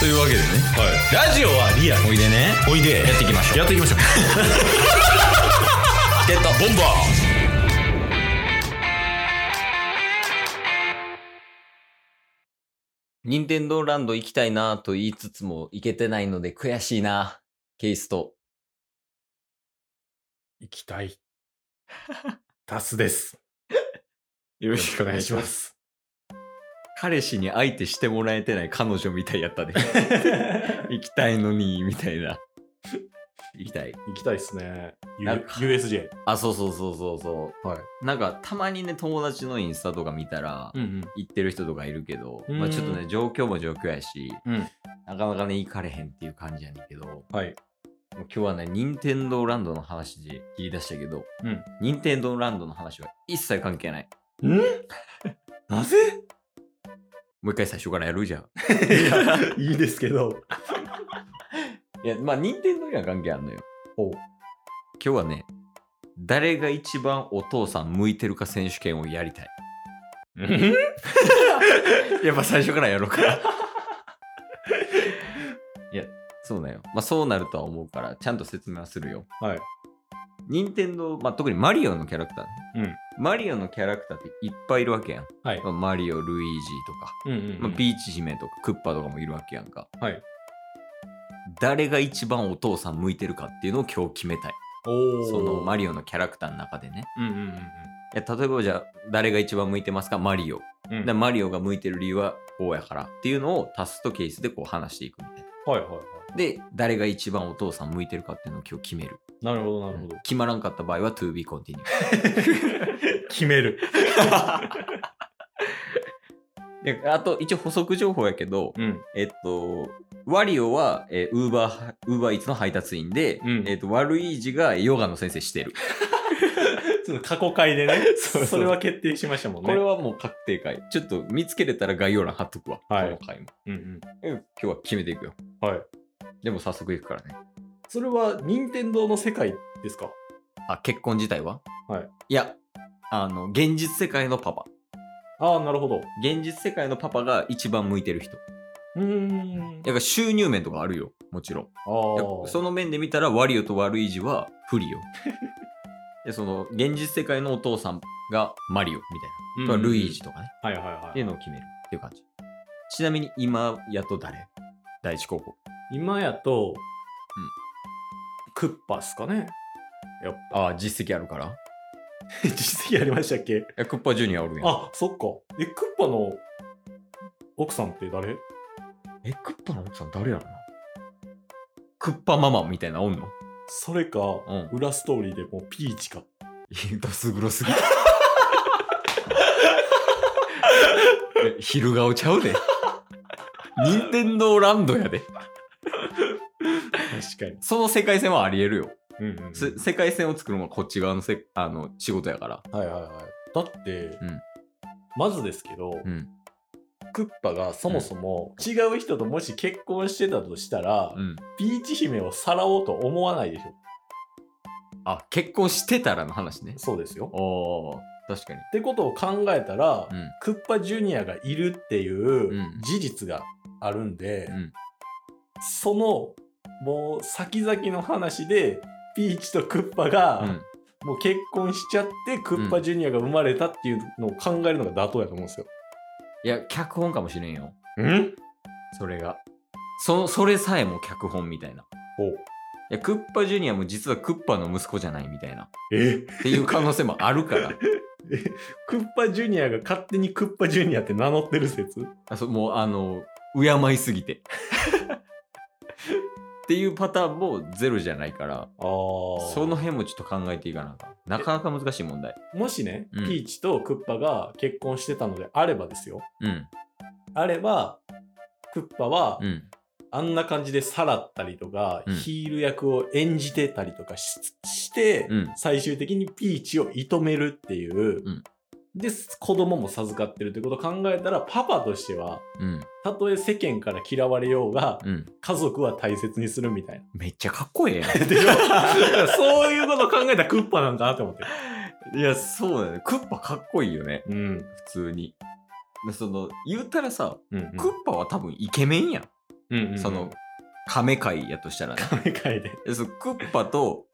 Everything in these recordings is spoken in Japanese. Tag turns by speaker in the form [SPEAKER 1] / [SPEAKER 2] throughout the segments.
[SPEAKER 1] というわけでね
[SPEAKER 2] はい。ラジオはリアル。
[SPEAKER 1] おいでね
[SPEAKER 2] おいで。
[SPEAKER 1] やっていきましょう
[SPEAKER 2] やっていきましょう。
[SPEAKER 1] ゲットボンバ
[SPEAKER 3] 任天堂ランド行きたいなと言いつつも行けてないので悔しいな。ケイスト。
[SPEAKER 2] 行きたい。タスです。よろしくお願いします。
[SPEAKER 3] 彼氏に相手してもらえてない彼女みたいやった で。行きたいのに、みたいな。行きたい。
[SPEAKER 2] 行きたいですね。U-
[SPEAKER 3] なんか
[SPEAKER 2] USJ。
[SPEAKER 3] あ、そうそうそうそうそ
[SPEAKER 2] はい。
[SPEAKER 3] う。なんかたまにね、友達のインスタとか見たら、
[SPEAKER 2] うん
[SPEAKER 3] 行ってる人とかいるけど、
[SPEAKER 2] うん
[SPEAKER 3] まあちょっとね、状況も状況やし、
[SPEAKER 2] うん。うん。
[SPEAKER 3] なかなかね、行かれへんっていう感じやねんけど、もう
[SPEAKER 2] はい。
[SPEAKER 3] 今日はね、任天堂ランドの話で切り出したけど、
[SPEAKER 2] うん
[SPEAKER 3] 任天堂ランドの話は一切関係ない。
[SPEAKER 2] んなぜ
[SPEAKER 3] もう一回最初からやるじゃん。
[SPEAKER 2] いや、 いいですけど。
[SPEAKER 3] いや、まあ、任天堂には関係あるのよ。
[SPEAKER 2] お
[SPEAKER 3] 今日はね、誰が一番お父さん向いてるか選手権をやりたい。やっぱ最初からやろうから。 いや、そうだよ。まあ、そうなるとは思うから、ちゃんと説明はするよ。
[SPEAKER 2] はい。
[SPEAKER 3] 任天堂、まあ、特にマリオのキャラクターね。
[SPEAKER 2] うん。
[SPEAKER 3] マリオのキャラクターっていっぱいいるわけやん。
[SPEAKER 2] はい
[SPEAKER 3] ま。あマリオ、ルイージーとか、
[SPEAKER 2] うんうん
[SPEAKER 3] まあ、ピーチ姫とかクッパとかもいるわけやんか。
[SPEAKER 2] はい。
[SPEAKER 3] 誰が一番お父さん向いてるかっていうのを今日決めたい。
[SPEAKER 2] お
[SPEAKER 3] そのマ
[SPEAKER 2] リ
[SPEAKER 3] リオのキャラクターの中でね。
[SPEAKER 2] うんうんうん
[SPEAKER 3] いや例えばじゃあ誰が一番向いてますかマリオ。
[SPEAKER 2] うん。うん
[SPEAKER 3] でマリオが向いてる理由はこうやからっていうのをタスとケースでこう話していくみたいな。
[SPEAKER 2] はいはいはい。
[SPEAKER 3] で誰が一番お父さん向いてるかっていうのを今日決める。
[SPEAKER 2] なるほどなるほど。
[SPEAKER 3] 決まらんかった場合は To be continue。
[SPEAKER 2] 決める。
[SPEAKER 3] であと一応補足情報やけど、
[SPEAKER 2] うん。
[SPEAKER 3] えっと、ワリオは、えー、ウーバー、ウーバーイーツの配達員で、
[SPEAKER 2] うん
[SPEAKER 3] えっと、ワルイージがヨガの先生してる。
[SPEAKER 2] その過去回でね、
[SPEAKER 3] そうそう
[SPEAKER 2] それは決定しましたもんね。
[SPEAKER 3] これはもう確定回。ちょっと見つけれたら概要欄貼っとくわ。
[SPEAKER 2] はい
[SPEAKER 3] この回も。
[SPEAKER 2] うん
[SPEAKER 3] え今日は決めていくよ。
[SPEAKER 2] うん。はい。
[SPEAKER 3] でも早速いくからね。
[SPEAKER 2] それは任天堂の世界ですか
[SPEAKER 3] あ、結婚自体は
[SPEAKER 2] はい。
[SPEAKER 3] いや、あの、現実世界のパパ。
[SPEAKER 2] ああ、なるほど。
[SPEAKER 3] 現実世界のパパが一番向いてる人。だ
[SPEAKER 2] うーん。
[SPEAKER 3] から収入面とかあるよ。もちろん。
[SPEAKER 2] あ
[SPEAKER 3] だ
[SPEAKER 2] あ。
[SPEAKER 3] その面で見たら、ワリオとワルイージは不利よ。 で、その、現実世界のお父さんがマリオみたいな。
[SPEAKER 2] うん
[SPEAKER 3] まあルイージ。とかね、
[SPEAKER 2] はいはいはい。
[SPEAKER 3] っていうのを決めるっていう感じ。ちなみに今やと誰第一高校。
[SPEAKER 2] 今やと、クッパっすかね
[SPEAKER 3] ああ、実績あるから。
[SPEAKER 2] 実績ありましたっけ
[SPEAKER 3] え、クッパジュニアおるやん。
[SPEAKER 2] あ、そっか。え、クッパの奥さんって誰
[SPEAKER 3] え、クッパの奥さん誰やろなクッパママみたいなおんの
[SPEAKER 2] それか、
[SPEAKER 3] ん
[SPEAKER 2] 裏ストーリーでもうピーチか。
[SPEAKER 3] ドス黒すぎ。 え昼顔ちゃうで。任天堂ランドやで。
[SPEAKER 2] 確かに。
[SPEAKER 3] その世界線はあり得るよ。
[SPEAKER 2] うんうんうん、
[SPEAKER 3] せ世界線を作るのがこっち側のせあの仕事やから。
[SPEAKER 2] はいはいはい。だって、
[SPEAKER 3] うん
[SPEAKER 2] まずですけど、
[SPEAKER 3] うん。
[SPEAKER 2] クッパがそもそも違う人ともし結婚してたとしたら、
[SPEAKER 3] うん。
[SPEAKER 2] ピーチ姫をさらおうと思わないでしょ。
[SPEAKER 3] あ、結婚してたらの話ね。
[SPEAKER 2] そうですよ。っ
[SPEAKER 3] おー、確かに。
[SPEAKER 2] てことを考えたら、
[SPEAKER 3] うん。
[SPEAKER 2] クッパジュニアがいるってい
[SPEAKER 3] うん
[SPEAKER 2] う事実があるんで、
[SPEAKER 3] うん
[SPEAKER 2] そのもう先々の話でピーチとクッパが、
[SPEAKER 3] うん。
[SPEAKER 2] もう結婚しちゃってクッパジュニアが生まれたっていうのを考えるのが妥当やと思うんですよ。
[SPEAKER 3] いや、脚本かもしれんよ。
[SPEAKER 2] ん
[SPEAKER 3] それが。そ、それさえも脚本みたいな。いや、クッパジュニアも実はクッパの息子じゃないみたいな。
[SPEAKER 2] え
[SPEAKER 3] っていう可能性もあるから。
[SPEAKER 2] クッパジュニアが勝手にクッパジュニアって名乗ってる説
[SPEAKER 3] あそもう、あの、敬いすぎて。っていうパターンもゼロじゃないから、
[SPEAKER 2] ああ
[SPEAKER 3] その辺もちょっと考えていかなあかんなかなか難しい問題。
[SPEAKER 2] もしね、
[SPEAKER 3] うん
[SPEAKER 2] ピーチとクッパが結婚してたのであればですよ
[SPEAKER 3] うん。
[SPEAKER 2] あればクッパは、
[SPEAKER 3] うん。
[SPEAKER 2] あんな感じでさらったりとか、
[SPEAKER 3] うん
[SPEAKER 2] ヒール役を演じてたりとかしして、
[SPEAKER 3] うん
[SPEAKER 2] 最終的にピーチを射止めるっていう、
[SPEAKER 3] うん
[SPEAKER 2] で子供も授かってるってことを考えたらパパとしては
[SPEAKER 3] うん。
[SPEAKER 2] たとえ世間から嫌われようが
[SPEAKER 3] うん。
[SPEAKER 2] 家族は大切にするみたい
[SPEAKER 3] めっちゃかっこええやん。
[SPEAKER 2] な。でしょだから そういうことを考えたらクッパなんかなって思って。
[SPEAKER 3] いや、そうだね。クッパかっこいいよね。
[SPEAKER 2] うん。
[SPEAKER 3] 普通に。でその、言うたらさ、
[SPEAKER 2] うん
[SPEAKER 3] クッパは多分イケメンやん。
[SPEAKER 2] うんうん
[SPEAKER 3] その、亀界やとしたらね。
[SPEAKER 2] 亀会で。
[SPEAKER 3] でそのクッパと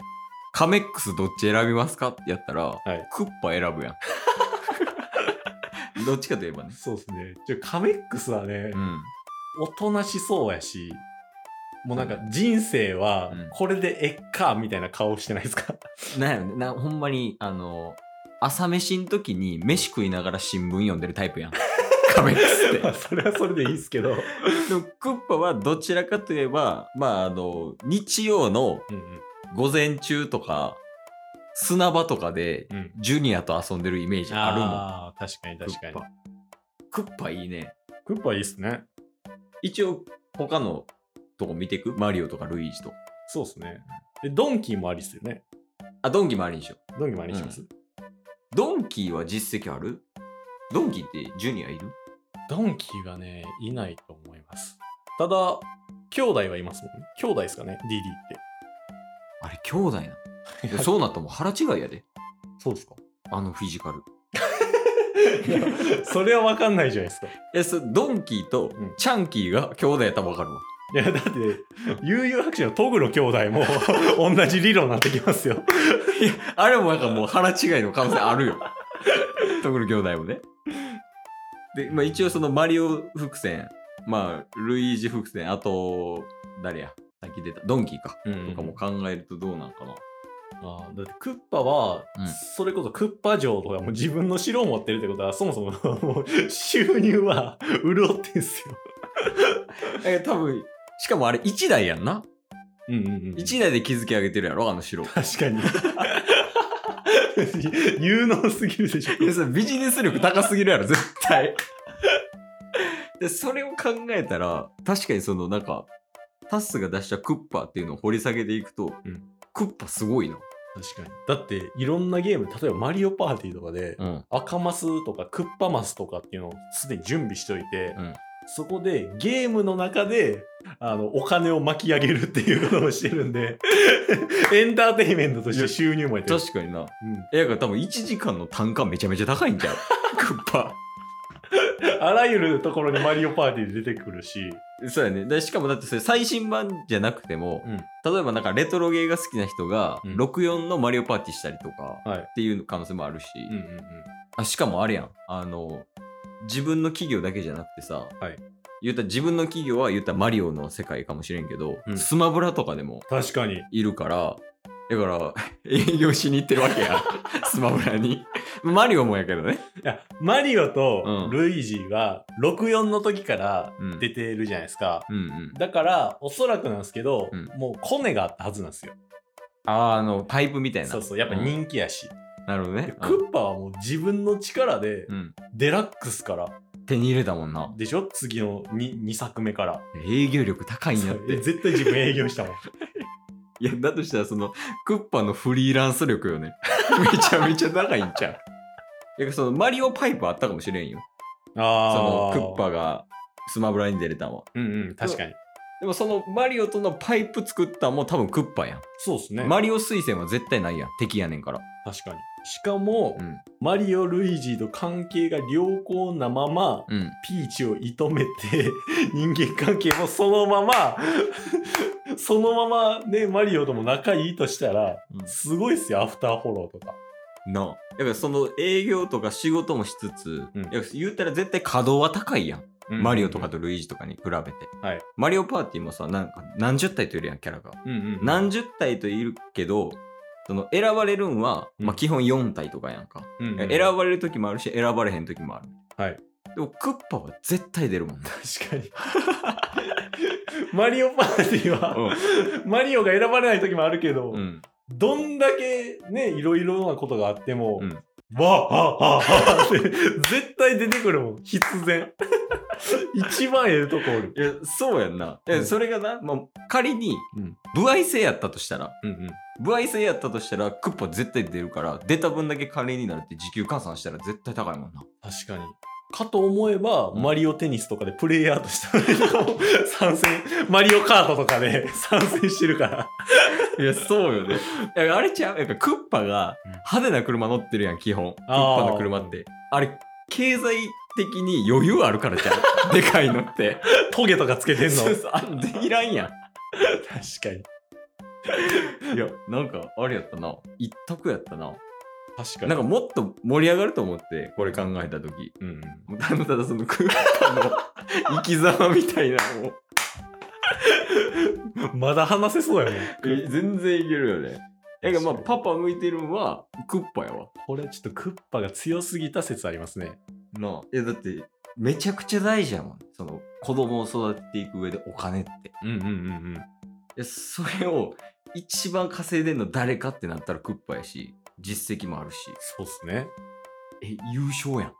[SPEAKER 3] カメックスどっち選びますかってやったら、
[SPEAKER 2] い
[SPEAKER 3] クッパ選ぶやん。 どっちかといえばね。
[SPEAKER 2] そうですね。ちょカメックスはね
[SPEAKER 3] う、ん。
[SPEAKER 2] おとなしそうやし、もうなんか人生は
[SPEAKER 3] うん
[SPEAKER 2] これでえっかみたいな顔してないですか
[SPEAKER 3] なんやろねなほんまに、あの、朝飯の時に飯食いながら新聞読んでるタイ プやん。カメックスって
[SPEAKER 2] ま。あ それはそれでいいですけど。
[SPEAKER 3] でもクッパはどちらかといえば、まあ、あの、日曜の
[SPEAKER 2] うんうん
[SPEAKER 3] 午前中とか、砂場とかで、
[SPEAKER 2] うん
[SPEAKER 3] ジュニアと遊んでるイメージあるもん。
[SPEAKER 2] あー確かに確かに。
[SPEAKER 3] クッパ。クッパいいね。
[SPEAKER 2] クッパいいっすね。
[SPEAKER 3] 一応、他のとこ見てくマリオとかルイージとか。
[SPEAKER 2] そうっすね。で、ドンキーもありっすよね。
[SPEAKER 3] あ、ドンキもありでしょ。
[SPEAKER 2] ドンキーもありにします、
[SPEAKER 3] ドンキは実績あるドンキってジュニアいる
[SPEAKER 2] ドンキーがね、いないと思います。ただ、兄弟はいますもんね。兄弟ですかね、DD って。
[SPEAKER 3] あれ、兄弟なの いやそうなったらもう腹違いやで。
[SPEAKER 2] そうですか
[SPEAKER 3] あのフィジカル。
[SPEAKER 2] それは分かんないじゃないですか。
[SPEAKER 3] え、そドンキーと
[SPEAKER 2] うん
[SPEAKER 3] チャンキーが兄弟やったらわかるわ。
[SPEAKER 2] いや、だって、悠々白書のトグロ兄弟も 同じ理論になってきますよ。
[SPEAKER 3] いや、あれもなんかもう腹違いの可能性あ るよ。特に兄弟もね。で、まあ一応そのマリオ伏線、まあルイージ伏線、あと、誰や、さっき出た、ドンキーか。
[SPEAKER 2] う
[SPEAKER 3] とかも考えるとどうなんかな。
[SPEAKER 2] あーだってクッパは、
[SPEAKER 3] うん
[SPEAKER 2] それこそクッパ城とかも自分の城を持ってるってことはそもそももう収入は潤ってんすよ。
[SPEAKER 3] え、多分、しかもあれ1台やんな。
[SPEAKER 2] うんうんうん、
[SPEAKER 3] 1台で築き上げてるやろ、あの城。
[SPEAKER 2] 確かに。 有能すぎるでしょ。
[SPEAKER 3] いやそれビジネス力高すぎるやろ絶対 でそれを考えたら確かにそのなんかタスが出したクッパっていうのを掘り下げていくと、
[SPEAKER 2] うん
[SPEAKER 3] クッパすごいな、
[SPEAKER 2] 確かに。だっていろんなゲーム、例えばマリオパーティーとかで、
[SPEAKER 3] うん、
[SPEAKER 2] 赤マスとかクッパマスとかっていうのをすでに準備しといて、
[SPEAKER 3] うん
[SPEAKER 2] そこでゲームの中であのお金を巻き上げるっていうことをしてるんで エンターテインメントとして収入も得てる、
[SPEAKER 3] 確かにな
[SPEAKER 2] うん
[SPEAKER 3] えだから多分1時間の単価めちゃめちゃ高いんじゃんクッパ
[SPEAKER 2] あらゆるところにマリオパーティーで出てくるし、
[SPEAKER 3] そうやねでしかもだってそれ最新版じゃなくても、
[SPEAKER 2] うん
[SPEAKER 3] 例えばなんかレトロゲーが好きな人が
[SPEAKER 2] うん
[SPEAKER 3] 64のマリオパーティーしたりとか
[SPEAKER 2] はい
[SPEAKER 3] っていう可能性もあるし、
[SPEAKER 2] うんうんうん、
[SPEAKER 3] あしかもあれやんあの自分の企業だけじゃなくてさ、
[SPEAKER 2] はい
[SPEAKER 3] 言ったら自分の企業は言ったらマリオの世界かもしれんけど、
[SPEAKER 2] うん
[SPEAKER 3] スマブラとかでも
[SPEAKER 2] 確かに
[SPEAKER 3] いるからだから 営業しに行ってるわけ やスマブラにマリオもやけどね、
[SPEAKER 2] いやマリオと
[SPEAKER 3] うん
[SPEAKER 2] ルイージは64の時から
[SPEAKER 3] うん、
[SPEAKER 2] 出てるじゃないですか、
[SPEAKER 3] うんうん
[SPEAKER 2] だからおそらくなんですけど、
[SPEAKER 3] うん
[SPEAKER 2] もうコネがあったはずなんですよ
[SPEAKER 3] あーあのパイプみたいな
[SPEAKER 2] そうそうやっぱ人気やし、
[SPEAKER 3] なるほど
[SPEAKER 2] で
[SPEAKER 3] ね
[SPEAKER 2] クッパはもう自分の力で
[SPEAKER 3] うん、
[SPEAKER 2] デラックスから
[SPEAKER 3] うん手に入れたもんな
[SPEAKER 2] でしょ次の 2, 2作目から
[SPEAKER 3] 営業力高いんやっ
[SPEAKER 2] そうで
[SPEAKER 3] て
[SPEAKER 2] 絶対自分営業したもん
[SPEAKER 3] いやだとしたらそのクッパのフリーランス力よねめちゃめちゃ高いん ちゃういやそのマリオパイプあったかもしれんよその
[SPEAKER 2] あ
[SPEAKER 3] クッパがスマブラに出れたんは。
[SPEAKER 2] うんうん確かに
[SPEAKER 3] でもそのマリオとのパイプ作ったんも多分クッパやん。
[SPEAKER 2] そうですね、
[SPEAKER 3] マリオ推薦は絶対ないやん。敵やねんから。
[SPEAKER 2] 確かにしかも、
[SPEAKER 3] うん。
[SPEAKER 2] マリオ・ルイージと関係が良好なまま、
[SPEAKER 3] うん。
[SPEAKER 2] ピーチを射止めて、 人間関係もそのまま、 そのままね、マリオとも仲いいとしたら、すごいっすよ、アフターフォローとか。
[SPEAKER 3] なあ。だからその営業とか仕事もしつつ、
[SPEAKER 2] うん
[SPEAKER 3] いや言うたら絶対稼働は高いやん。マリオとかとルイージとかに比べて。
[SPEAKER 2] はい
[SPEAKER 3] マリオパーティーもさ、なんか何十体といるやん、キャラが。
[SPEAKER 2] うんうん、
[SPEAKER 3] 何十体といるけど、その選ばれるんは、
[SPEAKER 2] うん
[SPEAKER 3] まあ基本4体とかやんか。
[SPEAKER 2] うんうん、
[SPEAKER 3] 選ばれる時もあるし、選ばれへん時もある。
[SPEAKER 2] はい。
[SPEAKER 3] でもクッパは絶対出るもんね。
[SPEAKER 2] 確かに。 マリオパーティーは、マリオが選ばれない時もあるけど、
[SPEAKER 3] うん。
[SPEAKER 2] どんだけね、いろいろなことがあっても、
[SPEAKER 3] うん
[SPEAKER 2] わあ、ああ、ああって、 絶対出てくるもん、必然。 一番ええとこおる。
[SPEAKER 3] いや、そうやんな。
[SPEAKER 2] うん
[SPEAKER 3] えそれがな、まあ、仮に
[SPEAKER 2] うん、
[SPEAKER 3] 不愛性やったとしたら、
[SPEAKER 2] うんうん。
[SPEAKER 3] 不愛性やったとしたら、クッパ絶対出るから、出た分だけカレーになるって時給換算したら絶対高いもんな。
[SPEAKER 2] 確かに。かと思えば、
[SPEAKER 3] うん
[SPEAKER 2] マリオテニスとかでプレイヤーとしても 参戦、マリオカートとかで 参戦してるから。
[SPEAKER 3] いや、そうよね。あれちゃうやっぱクッパが
[SPEAKER 2] うん
[SPEAKER 3] 派手な車乗ってるやん、基本。クッ
[SPEAKER 2] あー
[SPEAKER 3] パの車って。あれ、経済的に余裕あるからじゃ ん。でかいのって。
[SPEAKER 2] トゲとかつけてんの。
[SPEAKER 3] そう
[SPEAKER 2] 確
[SPEAKER 3] そうあいらんや
[SPEAKER 2] かに。
[SPEAKER 3] ん。いや、なんか、あれやったな。一択やったな。
[SPEAKER 2] 確か
[SPEAKER 3] なんかもっと盛り上がると思って、これ考えたとき。
[SPEAKER 2] うん。
[SPEAKER 3] ただただその空間の生き様みたいなのを
[SPEAKER 2] まだ話せそうやね。
[SPEAKER 3] え 全然いけるよね。だからまあ
[SPEAKER 2] 確
[SPEAKER 3] パパ向いてるんはクッパやわ。
[SPEAKER 2] これちょっとクッパが強すぎた説ありますね。
[SPEAKER 3] なあ。いやだってめちゃくちゃ大事やもん。その子供を育てていく上でお金って。い
[SPEAKER 2] うんうんうん
[SPEAKER 3] やそれを一番稼いでんの誰かってなったらクッパやし、実績もあるし。
[SPEAKER 2] そうっすね。
[SPEAKER 3] え、優勝やん。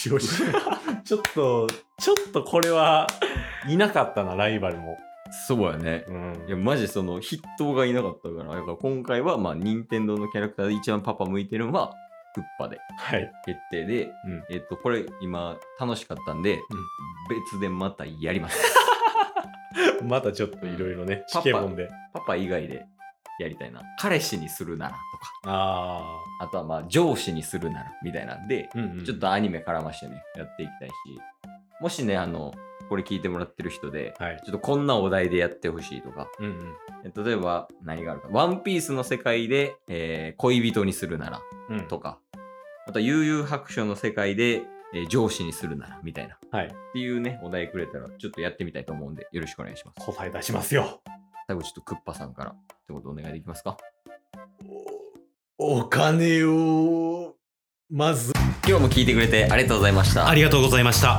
[SPEAKER 2] ちょっと、ちょっとこれは、いなかったな、ライバルも。
[SPEAKER 3] そうやね。
[SPEAKER 2] うん
[SPEAKER 3] いやマジその筆頭がいなかったから、だから今回はまあ任天堂のキャラクターで一番パパ向いてるのはクッパで。
[SPEAKER 2] はい。
[SPEAKER 3] 決定で、
[SPEAKER 2] うん
[SPEAKER 3] えっと、これ今楽しかったんで、別でまたや ります。
[SPEAKER 2] またちょっといろいろね、
[SPEAKER 3] パ
[SPEAKER 2] 試
[SPEAKER 3] パ
[SPEAKER 2] 験問で。
[SPEAKER 3] パパ以外でやりたいな。彼氏にするならとか、
[SPEAKER 2] あ
[SPEAKER 3] あとはまあ上司にするならみたいなんで、
[SPEAKER 2] あ。うん
[SPEAKER 3] ちょっ。とアニメ絡ましてね、やっていきたいし、もしね、あの、これ聞いてもらってる人で、
[SPEAKER 2] はい。
[SPEAKER 3] ちょっとこんなお題でやってほしいとか、
[SPEAKER 2] うんうん。
[SPEAKER 3] え例えば何があるか、ワンピースの世界で、えー恋人にするなら
[SPEAKER 2] うん、
[SPEAKER 3] とか、あとは悠々白書の世界で、えー上司にするならみたいな。
[SPEAKER 2] はい。
[SPEAKER 3] っていうね、お題くれたら、ちょっとやってみたいと思うんで、よろしくお願いします。
[SPEAKER 2] 答え出しますよ。
[SPEAKER 3] 最後、ちょっとクッパさんから、ってことお願いできますか
[SPEAKER 2] お金を、まず。
[SPEAKER 3] 今日も聞いてくれてありがとうございました。
[SPEAKER 2] りがとうございました。